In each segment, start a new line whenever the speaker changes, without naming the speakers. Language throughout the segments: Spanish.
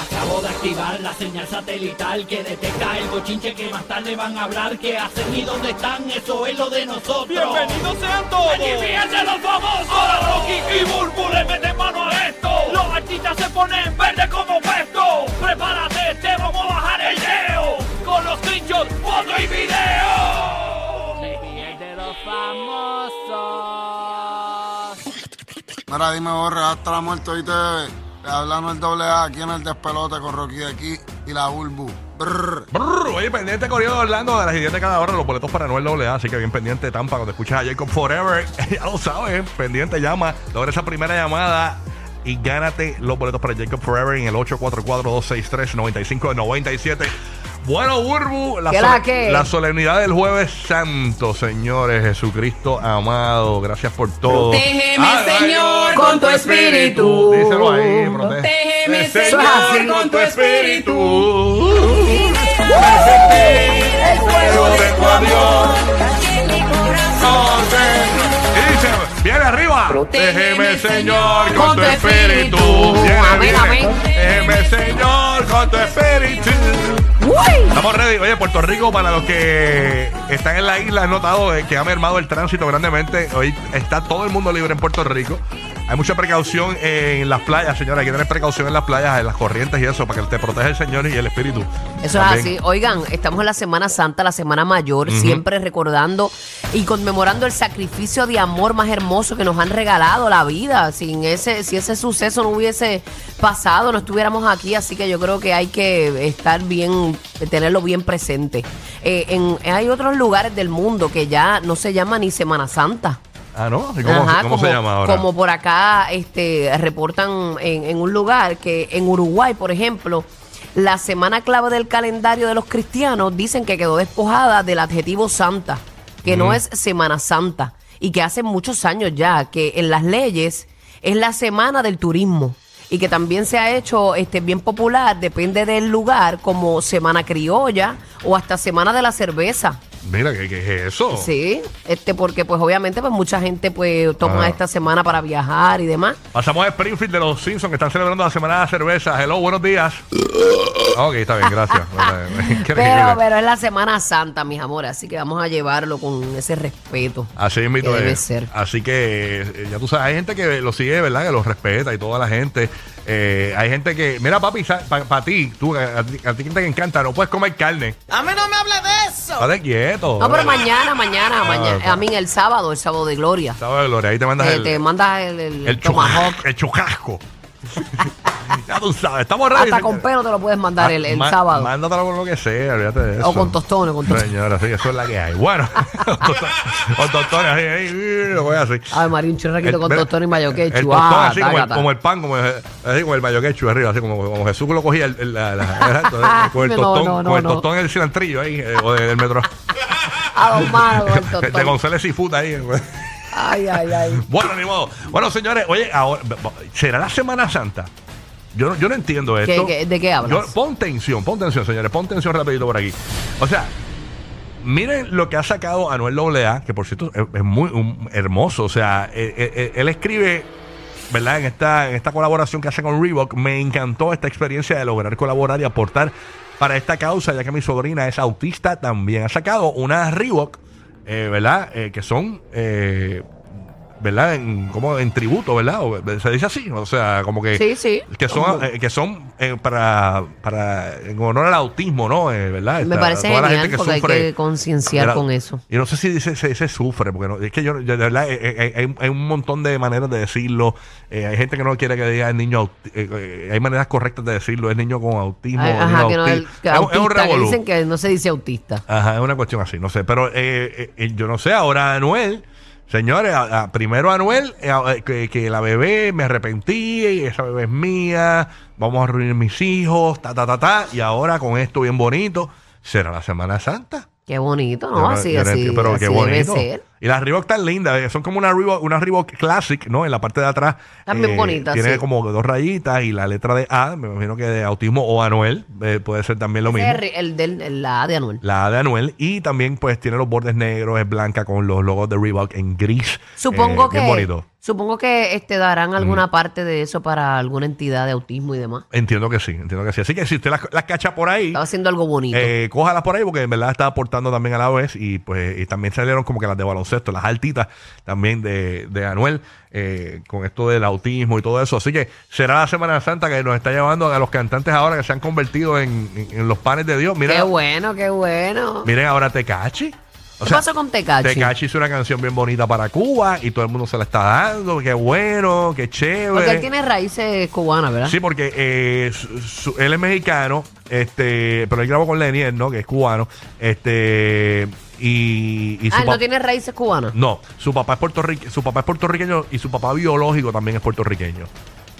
Acabo de activar la señal satelital que detecta el bochinche que más tarde van a hablar. ¿Qué hacen y dónde están? Eso es lo de nosotros.
¡Bienvenidos sean todos!
¡Aquí fíjense los famosos!
Ahora Rocky y Burbu le meten mano a esto.
Los artistas se ponen verde como puesto. Prepárate, te vamos a bajar el leo. Con los trinchos, foto y video. de los famosos.
Mira, dime, Borre, hasta la muerte hoy te bebe. Te hablan el doble A aquí en el despelote con Rocky de aquí y la Urbu. Brr.
Brr, oye, pendiente corrido de Orlando de las 10 de cada hora, los boletos para Noel Doble A, así que bien pendiente Tampa, cuando escuchas a Jacob Forever, ya lo sabes, pendiente llama, logra esa primera llamada y gánate los boletos para Jacob Forever en el 844-263-9597. Bueno, Burbu, la,
¿Qué la qué?
la solemnidad del jueves santo, señores, Jesucristo amado, gracias por todo.
Protégeme,
Ay, ay,
Señor,
ay,
con tu espíritu.
Díselo ahí, protege.
Protégeme,
Eso es
Señor,
así,
con tu espíritu.
el fuego de tu adiós. Y dice, Viene arriba. Protégeme, Señor, con tu espíritu. Viene,
Amén,
viene.
amén.
Protégeme, Señor, con tu espíritu. Estamos ready. Oye, Puerto Rico, para los que están en la isla, han notado eh, que ha mermado el tránsito grandemente. Hoy está todo el mundo libre en Puerto Rico. Hay mucha precaución en las playas, señores. Hay que tener precaución en las playas, en las corrientes y eso, para que te proteja el Señor y el Espíritu.
Eso es
También.
así. Oigan, estamos en la Semana Santa, la Semana Mayor, siempre recordando y conmemorando el sacrificio de amor más hermoso que nos han regalado la vida. Sin ese, si ese suceso no hubiese pasado, no estuviéramos aquí. Así que yo creo que hay que estar bien, tenerlo bien presente. Eh, en- hay otros lugares del mundo que ya no se llama ni Semana Santa.
Ah, ¿no? ¿Y ¿Cómo,
Ajá,
cómo se
como-
llama ahora?
Como por acá este, reportan en, en un lugar que en Uruguay, por ejemplo, la semana clave del calendario de los cristianos dicen que quedó despojada del adjetivo santa, que
Mm.
no es Semana Santa y que hace muchos años ya que en las leyes es la semana del turismo y que también se ha hecho este bien popular, depende del lugar, como Semana Criolla o hasta Semana de la Cerveza.
Mira, ¿qué, qué es eso?
Sí, este porque pues obviamente pues mucha gente pues toma
Ah.
esta semana para viajar y demás.
Pasamos a Springfield de los Simpsons, que están celebrando la semana de la cerveza. Hello, buenos días. Ah, ok, está bien, gracias. Qué
Pero,
horrible.
pero es la Semana Santa, mis amores, así que vamos a llevarlo con ese respeto.
Así mismo
que
es.
debe ser.
Así que eh, ya tú sabes, hay gente que lo sigue, ¿verdad? Que lo respeta y toda la gente. Eh, hay gente que, mira, papi, para ti, tú, a, a ti a ti que te encanta, no puedes comer carne.
A mí no me hable de eso.
Estate quieto.
No, pero mañana, mañana,
está.
mañana, a mí el sábado, el sábado de gloria.
Sábado de Gloria, ahí Ah, te mandas
Te,
el,
te mandas el, el,
el
tomahawk.
chujac- el chujasco. ya tú sabes, estamos ready.
Hasta
señor.
con pelo te lo puedes mandar el, el
Ma-
sábado.
Mándatelo con lo que sea, olvídate de eso.
O con tostones, con tostones.
Señora, sí, eso es la que hay. Bueno, con tostones, ahí, ahí, lo voy a hacer.
Ay, María, un churraquito con
mira,
tostón y mayo
el
quechu.
tostón
Ah,
así como el,
tácata.
como el pan, como el, así como el mayo quechu arriba, así como, como Jesús lo cogía el, el- la- la- la- con el
No,
tostón,
no, no,
con el
no.
tostón en el cilantrillo ahí, eh, o de- del metro.
A Ah, los manos con el
de
tostón.
González y Futa ahí.
Ay, ay, ay.
Bueno, ni modo. Bueno, señores, oye, ahora, ¿será la Semana Santa? Yo no, yo no entiendo
¿Qué-
esto.
qué- de qué hablas?
Yo- pon tensión, pon tensión, señores, pon tensión rapidito por aquí. O sea, miren lo que ha sacado Anuel AA, que por cierto es, es muy un- hermoso. O sea, eh, eh, eh, él escribe, ¿verdad? En esta, en esta colaboración que hace con Reebok, me encantó esta experiencia de lograr colaborar y aportar para esta causa, ya que mi sobrina es autista también. Ha sacado unas Reebok, eh, ¿verdad? Eh, que son... eh, ¿verdad? En, como en tributo, ¿verdad? O- se dice así, o sea, como que...
Sí, sí.
Que son, eh, que son eh, para, para, en honor al autismo, ¿no? Eh, ¿Verdad?
Me
Esta-
parece
toda la
genial
gente que
porque hay
sufre-
que concienciar
Mira,
con eso.
Yo no sé si dice, se dice sufre, porque no- es que yo, yo, de verdad, eh, eh, hay, hay un montón de maneras de decirlo. Eh, hay gente que no quiere que diga el niño, auti- eh, eh, hay maneras correctas de decirlo, es niño con autismo.
Ay,
niño
Ajá, que no
auti-
el que
es, un- es un
autista, que
revolú.
dicen que no se dice autista.
Ajá, es una cuestión así, no sé. Pero eh, eh, eh, yo no sé, ahora Anuel Señores, a- a- primero Anuel, eh, a- eh, que, que la bebé, me arrepentí, y esa bebé es mía, vamos a reunir mis hijos, ta, ta, ta, ta. Y ahora con esto bien bonito, será la Semana Santa.
Qué bonito, ¿no?
Yo
así,
yo
Ah, así,
entiendo, pero
así
qué
debe
bonito.
ser.
Y las Reebok tan lindas, eh, son como una Reebok, una Reebok Classic, ¿no? En la parte de atrás. eh,
Están bien bonitas,
Tiene
sí.
como dos rayitas y la letra de A, me imagino que de autismo o Anuel, eh, puede ser también lo mismo.
El, el del- el- la de Anuel.
La A de Anuel y también pues tiene los bordes negros, es blanca con los logos de Reebok en gris.
Supongo
Eh,
que
Bien bonito. Mm.
supongo que este darán alguna parte de eso para alguna entidad de autismo y demás.
Entiendo que sí, entiendo que sí. Así que si usted las, las cacha por ahí,
Estaba haciendo algo bonito.
eh, cójalas por ahí porque en verdad está aportando también a la vez y pues y también salieron como que las de baloncesto, las altitas también de, de Anuel eh, con esto del autismo y todo eso. Así que será la Semana Santa que nos está llevando a los cantantes ahora que se han convertido en, en- en los panes de Dios.
qué
Mira,
bueno, qué bueno.
miren ahora Tecachi.
¿Qué pasó con Tecachi?
Tecachi hizo una canción bien bonita para Cuba y todo el mundo se la está dando. Qué bueno, qué chévere.
Porque él tiene raíces cubanas, ¿verdad?
Sí, porque eh, su- su- él es mexicano, este, pero él grabó con Lenier, ¿no? Que es cubano, este, y, y su
ah, él
pap-
no tiene raíces cubanas.
no, su papá es puertorrique- su papá es puertorriqueño y su papá biológico también es puertorriqueño.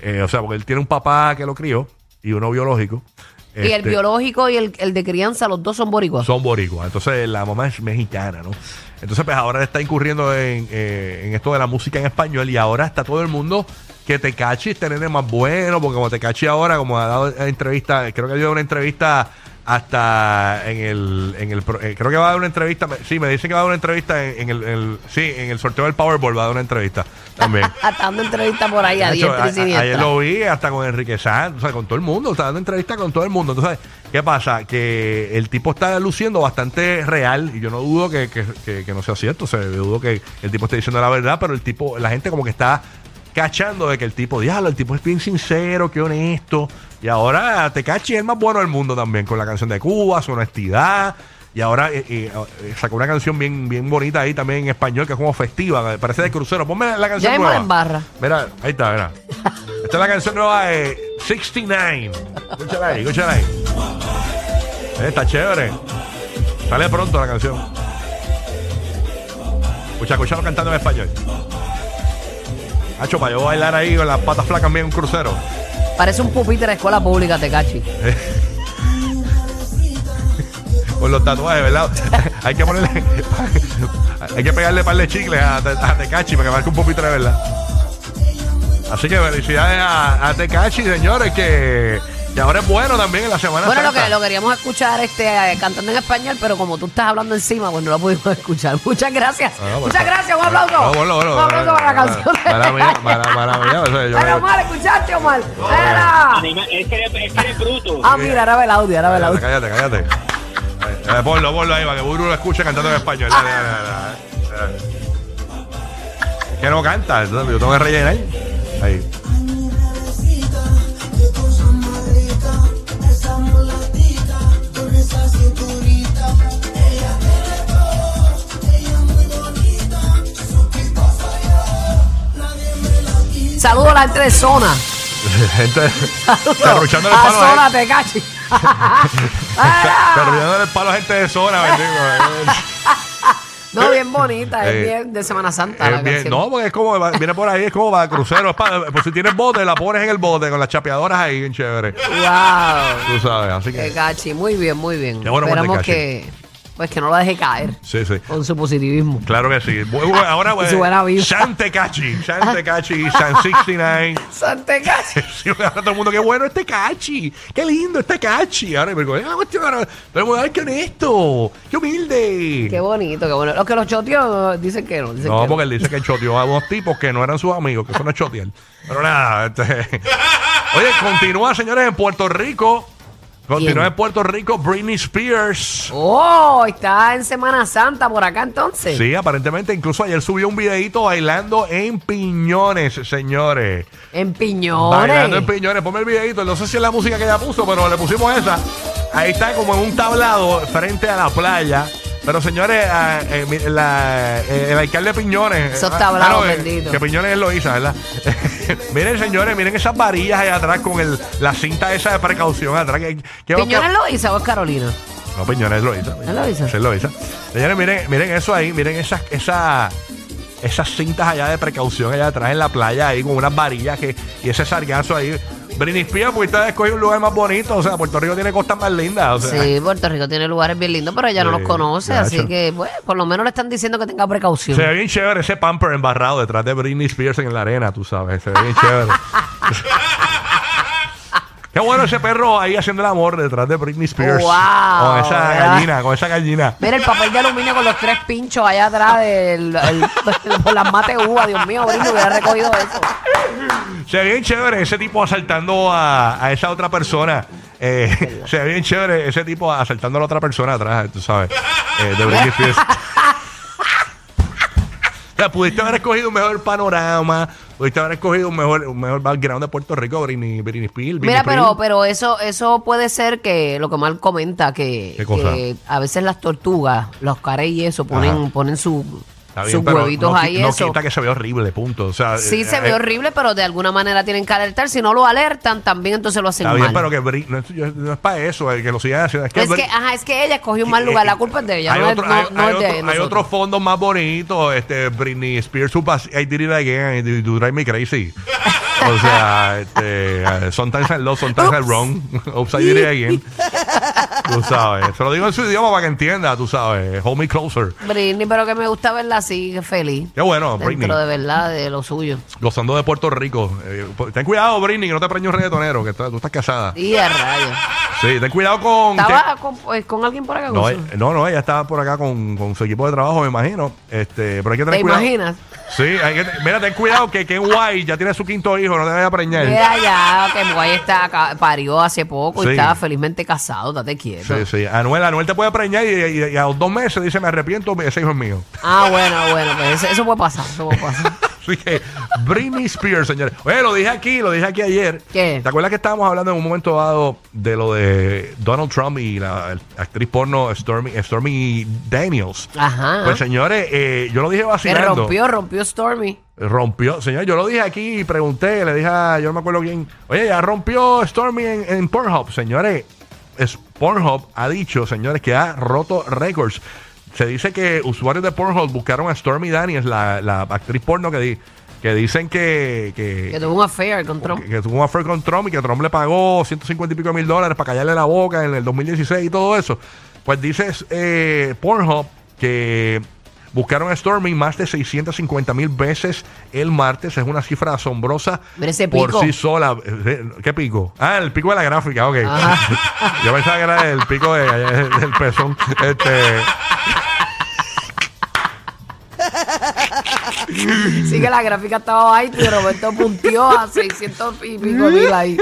Eh, o sea, porque él tiene un papá que lo crió y uno biológico.
Y el
Este,
biológico y el, el de crianza, los dos son boricuas.
son boricuas. Entonces la mamá es mexicana, ¿no? Entonces pues ahora está incurriendo en, eh, en esto de la música en español y ahora está todo el mundo que Tecachi este es tener más bueno, porque como Tecachi ahora, como ha dado eh, entrevista, creo que dio una entrevista hasta en el, en el pro- eh, creo que va a dar una entrevista, me- sí, me dicen que va a dar una entrevista en, en el, el- sí, en el sorteo del Powerball va a dar una entrevista también.
Atando entrevistas por ahí a
Nacho,
diestra y
eh. a-
siniestra.
ayer lo vi hasta con Enrique Sanz, o sea, con todo el mundo, está dando entrevistas con todo el mundo. Entonces, ¿qué pasa? Que el tipo está luciendo bastante real y yo no dudo que, que- que- que no sea cierto, o sea, yo dudo que el tipo esté diciendo la verdad, pero el tipo, la gente como que está cachando de que el tipo, diablo, el tipo es bien sincero, qué honesto. Y ahora Tecachi es el más bueno del mundo también, con la canción de Cuba, su honestidad. Y ahora eh, eh, eh, sacó una canción bien, bien bonita ahí también en español, que es como festiva, parece de crucero. Ponme la canción.
mismo
nueva.
la embarra.
Mira, ahí está, mira. Esta es la canción nueva de 69. Escúchala ahí, escúchala ahí. Eh, está chévere. Sale pronto la canción. Escucha, escuchalo cantando en español. Hacho, para yo bailar ahí con las patas flacas mía en un crucero.
Parece un pupitre de escuela pública, Tecachi.
Con los tatuajes, ¿verdad? hay que ponerle. hay que pegarle par de chicles a, Te- a Tecachi para que marque un poquito de verdad. Así que felicidades a, a Tecachi, señores, que, que ahora es bueno también en la semana.
Bueno, lo
Santa.
que lo queríamos escuchar este eh, cantando en español, pero como tú estás hablando encima, pues no lo pudimos escuchar. Muchas gracias.
Ah, no, pues,
Muchas gracias, un
ah,
aplauso.
no, bueno, bueno,
un aplauso para la
mala-
canción.
mala mía, mala- mala mía, o sea, yo-
Pero mal, escuchaste, Omar. Era.
Anima- Es que, eres- es que eres bruto.
Ah, mira, ahora ve el audio, ahora ve el
Cállate,
audio.
cállate, cállate. Eh, eh, ponlo, ponlo ahí para que Buru lo escuche cantando en español. Dale, dale, dale, dale. Eh. Que no canta, entonces yo tengo que rellenar. Ahí.
Saludos a la gente de zona.
Gente derruchando el
a
palo. ¿eh? a
zona,
gente-
Tecachi.
Derruchando el palo a gente de zona, bendigo.
No, bien bonita,
Eh,
es bien de Semana Santa. la
Es bien-
canción.
no, porque es como, va- viene por ahí, es como para crucero. es para- por si tienes bote, la pones en el bote con las chapeadoras ahí, bien chévere.
Wow.
Tú sabes, así que.
Tecachi, muy bien, muy bien.
Qué bueno con
Esperamos
Tecachi.
que, pues, que no lo deje caer
Sí, sí.
con su positivismo.
Claro que sí. Bu- bu- Ahora,
Y su buena vida.
Sante Cachi, Sante Cachi, San 69.
Santa Tecachi.
Sí, ahora todo el mundo, qué bueno este cachi, qué lindo este cachi. Ahora me digo, ah, hostia, ahora, todo el mundo, ay, qué honesto, qué humilde.
Qué bonito, qué bueno. Los que los choteos dicen que no. Dicen
No,
que
porque él dice que choteó a dos tipos que no eran sus amigos, que eso no es chotear. Pero nada, este- Oye, continúa, señores, en Puerto Rico. Continúa
Bien.
en Puerto Rico Britney Spears.
Oh, está en Semana Santa por acá entonces.
Sí, aparentemente, incluso ayer subió un videito bailando en piñones, señores.
En
Bailando en
Piñones.
piñones, ponme el videito. No sé si es la música que ella puso, pero le pusimos esa. Ahí está como en un tablado frente a la playa. Pero señores, ah, eh, mi- la- eh, el alcalde de Piñones.
Esos
ah,
tablados,
eh,
bendito.
Que Piñones es Loiza, ¿verdad? miren, señores, miren esas varillas allá atrás con el, la cinta esa de precaución atrás. que- que-
¿Piñones lo hizo o es Carolina?
no, Piñones es Loiza.
¿Es Loiza?
Sí, Es Loiza. Señores, miren, miren eso ahí, miren esas, esa, esas cintas allá de precaución allá atrás en la playa, ahí con unas varillas que, y ese sargazo ahí. Britney Spears, pues usted escogió un lugar más bonito. O sea, Puerto Rico tiene costas más lindas. O sea,
Sí, Puerto Rico tiene lugares bien lindos, pero ella no
Sí,
los conoce, así
gacho.
que, bueno, por lo menos le están diciendo que tenga precaución.
Se ve bien chévere ese pamper embarrado detrás de Britney Spears en la arena, tú sabes. Se ve bien chévere. Qué bueno ese perro ahí haciendo el amor detrás de Britney Spears.
Oh, Wow,
Con esa
¿verdad?
gallina, con esa gallina.
Mira el papel de aluminio con los tres pinchos allá atrás del, el, por las mate uva, Dios mío, Britney hubiera recogido eso.
Se ve bien chévere ese tipo asaltando a, a esa otra persona. Eh, se ve bien chévere ese tipo asaltando a la otra persona atrás, tú sabes. eh, de Britney Spears. O sea, pudiste haber escogido un mejor panorama, pudiste haber escogido un mejor, un mejor background de Puerto Rico, Britney, Britney Spears. Britney
Mira, pero,
Spears.
pero eso, eso puede ser que lo que Mal comenta, que,
¿Qué cosa?
que a veces las tortugas, los cares y eso, ponen,
Ajá.
ponen su-
Está bien,
pues, sus
pero
huevitos
no, qui-
ahí.
No
eso.
quita que se ve horrible, punto. O sea,
Sí,
eh,
se
eh,
ve horrible, pero de alguna manera tienen que alertar. Si no lo alertan, también entonces lo hacen
Está bien,
mal.
pero que Britney- no, es- yo- no es para eso, el que lo sigan haciendo. Es que,
es que,
Britney-
ajá, es que ella escogió un mal este lugar. La culpa es de ella,
Hay
no, es-
otro-
no-
hay-
no
hay
es de
otro- Hay
nosotros.
otros fondos más bonitos. Este, Britney Spears, who pas- I did it again, and you drive me crazy. o sea, este, eh, sometimes I love, sometimes I wrong. Oops, I did it again. tú sabes. Se lo digo en su idioma para que entienda, tú sabes. Hold me closer.
Britney, pero que me gusta verla así, que feliz.
Qué bueno, Britney.
Dentro de verdad, de lo suyo.
Gozando de Puerto Rico. Eh, ten cuidado, Britney, que no te preñe un reggaetonero, que está- tú estás casada.
Y a rayos.
Sí, ten cuidado con.
Estaba con, pues, con alguien por acá.
No,
con
eh,
su-
no, no, ella estaba por acá con, con su equipo de trabajo, me imagino. Este, pero hay que tener
¿Te
cuidado.
imaginas?
Sí, hay que, mira, ten cuidado que Ken White ya tiene su quinto hijo, no te vayas a preñar.
Mira ya, que Muay está acá- parió hace poco
Sí.
y estaba felizmente casado, date quieto.
Sí, sí. Anuel, Anuel te puede preñar y, y- y a los dos meses dice, me arrepiento, ese hijo es mío.
Ah, bueno, bueno, pues eso, eso puede pasar, eso puede pasar.
Así que, Britney Spears, señores. Oye, lo dije aquí, lo dije aquí ayer.
¿Qué?
¿Te acuerdas que estábamos hablando en un momento dado de lo de Donald Trump y la actriz porno Stormy, Stormy Daniels?
Ajá.
Pues, señores, eh, yo lo dije
que
vacilando.
rompió, rompió Stormy.
Rompió, señor, yo lo dije aquí y pregunté, le dije a, yo no me acuerdo quién, oye, ya rompió Stormy en, en Pornhub, señores. Es, Pornhub ha dicho, señores, que ha roto récords. Se dice que usuarios de Pornhub buscaron a Stormy Daniels, la, la actriz porno que, di- que dicen que, que,
Que tuvo un affair con Trump.
que, que tuvo un affair con Trump y que Trump le pagó 150 y pico mil dólares para callarle la boca en el 2016 y todo eso. Pues dices eh, Pornhub que buscaron a Stormy más de 650 mil veces el martes. Es una cifra asombrosa
Mira ese
por
pico.
sí sola. Eh, ¿Qué pico? Ah, el pico de la gráfica, ok.
Ajá.
Yo pensaba que era el pico de- del pezón. Este.
Sí que la gráfica estaba ahí, y Roberto puntió a 600 y pico mil ahí.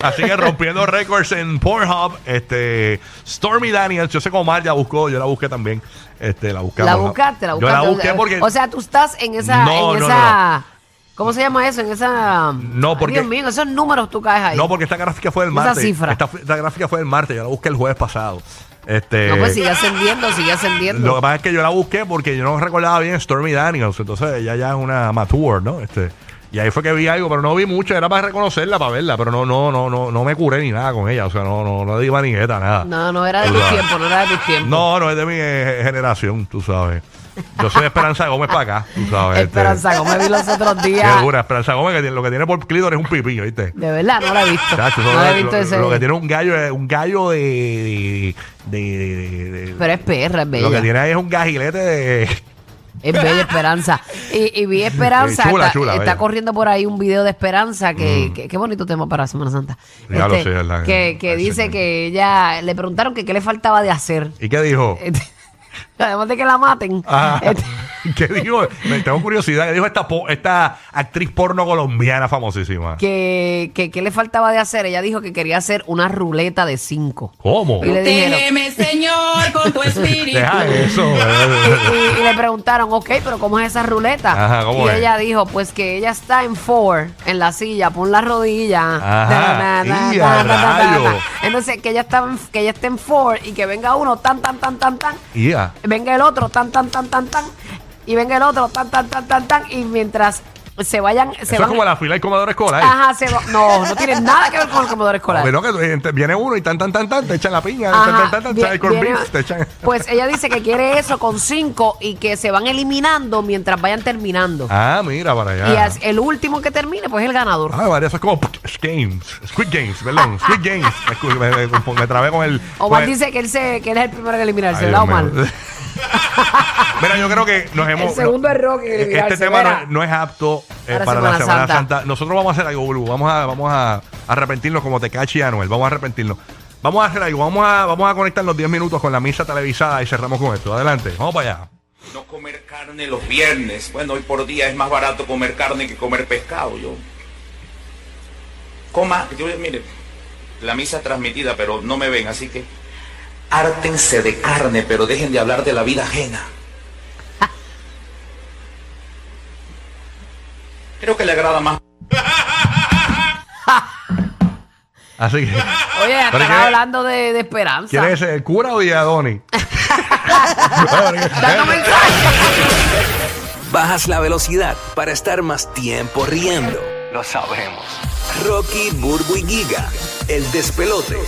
Así que rompiendo récords en Pornhub, este Stormy Daniels, yo sé que Omar ya buscó, yo la busqué también. Este, la buscamos.
La buscaste, la buscaste.
Yo la busqué porque
O sea, tú estás en esa,
No,
en
no,
esa. ¿Cómo se llama eso? En esa.
No,
Ay,
porque-
Dios mío, esos números tú caes ahí.
no porque esta gráfica fue el
Esa
martes.
cifra.
Esta, esta gráfica fue el martes, yo la busqué el jueves pasado. Este
No, pues sigue ascendiendo, sigue ascendiendo.
Lo que pasa es que yo la busqué porque yo no recordaba bien Stormy Daniels, entonces ella ya es una mature, ¿no? Este y ahí fue que vi algo, pero no vi mucho, era para reconocerla, para verla, pero no no no no no me curé ni nada con ella, o sea, no no no le di manigueta nada.
No, no era de
Tú
tus
sabes.
tiempos, no era de tus tiempos.
No, no es de mi eh, generación, tú sabes. Yo soy Esperanza Gómez para acá, tú sabes. este.
Esperanza, como me vi los otros días.
Qué dura, Esperanza Gómez, que tiene- lo que tiene por clítoris es un pipí, ¿viste?
De verdad, no la he visto.
Chacho, eso
no la he
es-
visto
lo,
ese.
lo que tiene un gallo es un gallo de. de, de- de- de-
Pero es perra, es bella.
lo que tiene ahí es un gajilete de.
Es bella Esperanza. Y, y vi Esperanza.
Eh, chula,
está,
chula,
está
bella. Mm.
corriendo por ahí un video de Esperanza. Que, que- qué bonito tema para Semana Santa. Este,
Ya lo sé, ¿verdad?
que que
Ay,
dice
señor.
que ella. Le preguntaron que qué le faltaba de hacer.
¿Y qué dijo?
Este, Además de que la maten.
Ah,
Este,
¿Qué dijo? Me tengo curiosidad. ¿Qué dijo esta, po- esta actriz porno colombiana famosísima?
que, que qué le faltaba de hacer. Ella dijo que quería hacer una ruleta de cinco.
¿Cómo?
Y le dijeron.
Téneme, Señor, con tu espíritu.
Deja eso. eh,
y, y- y le preguntaron, ok, pero ¿cómo es esa ruleta?
Ajá, ¿cómo
y
es?
ella dijo, pues que ella está en four, en la silla, pon la rodilla.
Ajá, y a rayos.
Entonces, que ella, está en, que ella esté en four y que venga uno tan, tan, tan, tan, tan.
Ya.
Venga el otro tan, tan, tan, tan, tan. Y venga el otro tan, tan, tan, tan, tan. Y mientras se vayan. Se
Eso es
van,
como la fila del comedor escolar.
Ajá, se va, No, no tiene nada que ver con el comedor escolar.
Bueno, que tú- eh, te- viene uno y tan, tan, tan, tan, te echan la piña,
Ajá,
tan, tan, tan, tan, te
bien-
echan el corn
bien-
beef, te echan.
Pues ella dice que quiere eso con cinco y que se van eliminando mientras vayan terminando.
Ah, mira, para allá.
Y as- el último que termine, pues es el ganador.
Ah, María, eso es como Squid Games, Squid Games, perdón, Squid Games. Me, escu- me, me- me trabé con el. con
Omar
el-
dice que él, se, que él es el primero
Ah, pues.
en
Ay,
eliminarse,
Dios
¿verdad,
mío.
Omar?
Mira, yo creo que nos hemos.
El segundo es Rocky,
eh, Este
mirarse,
tema no,
mira.
es- no es apto eh,
Para
para la Semana Santa.
Santa.
Nosotros vamos a hacer algo, Bulu. Vamos a, vamos a arrepentirnos como Tecachi y Anuel. Vamos a arrepentirnos. Vamos a hacer algo. Vamos a, vamos a conectar los 10 minutos con la misa televisada y cerramos con esto. Adelante. Vamos para allá.
No comer carne los viernes. Bueno, hoy por día es más barato comer carne que comer pescado. Yo coma, yo mire, la misa es transmitida, pero no me ven, así que ártense de carne, pero dejen de hablar de la vida ajena. Creo que le agrada más.
Así que.
Oye,
Pero
están
es que-
hablando de, de esperanza.
¿Quién es el cura o Diadoni?
Dando
¿Eh?
mensajes.
Bajas la velocidad para estar más tiempo riendo. Lo sabemos. Rocky, Burbu y Giga, el despelote.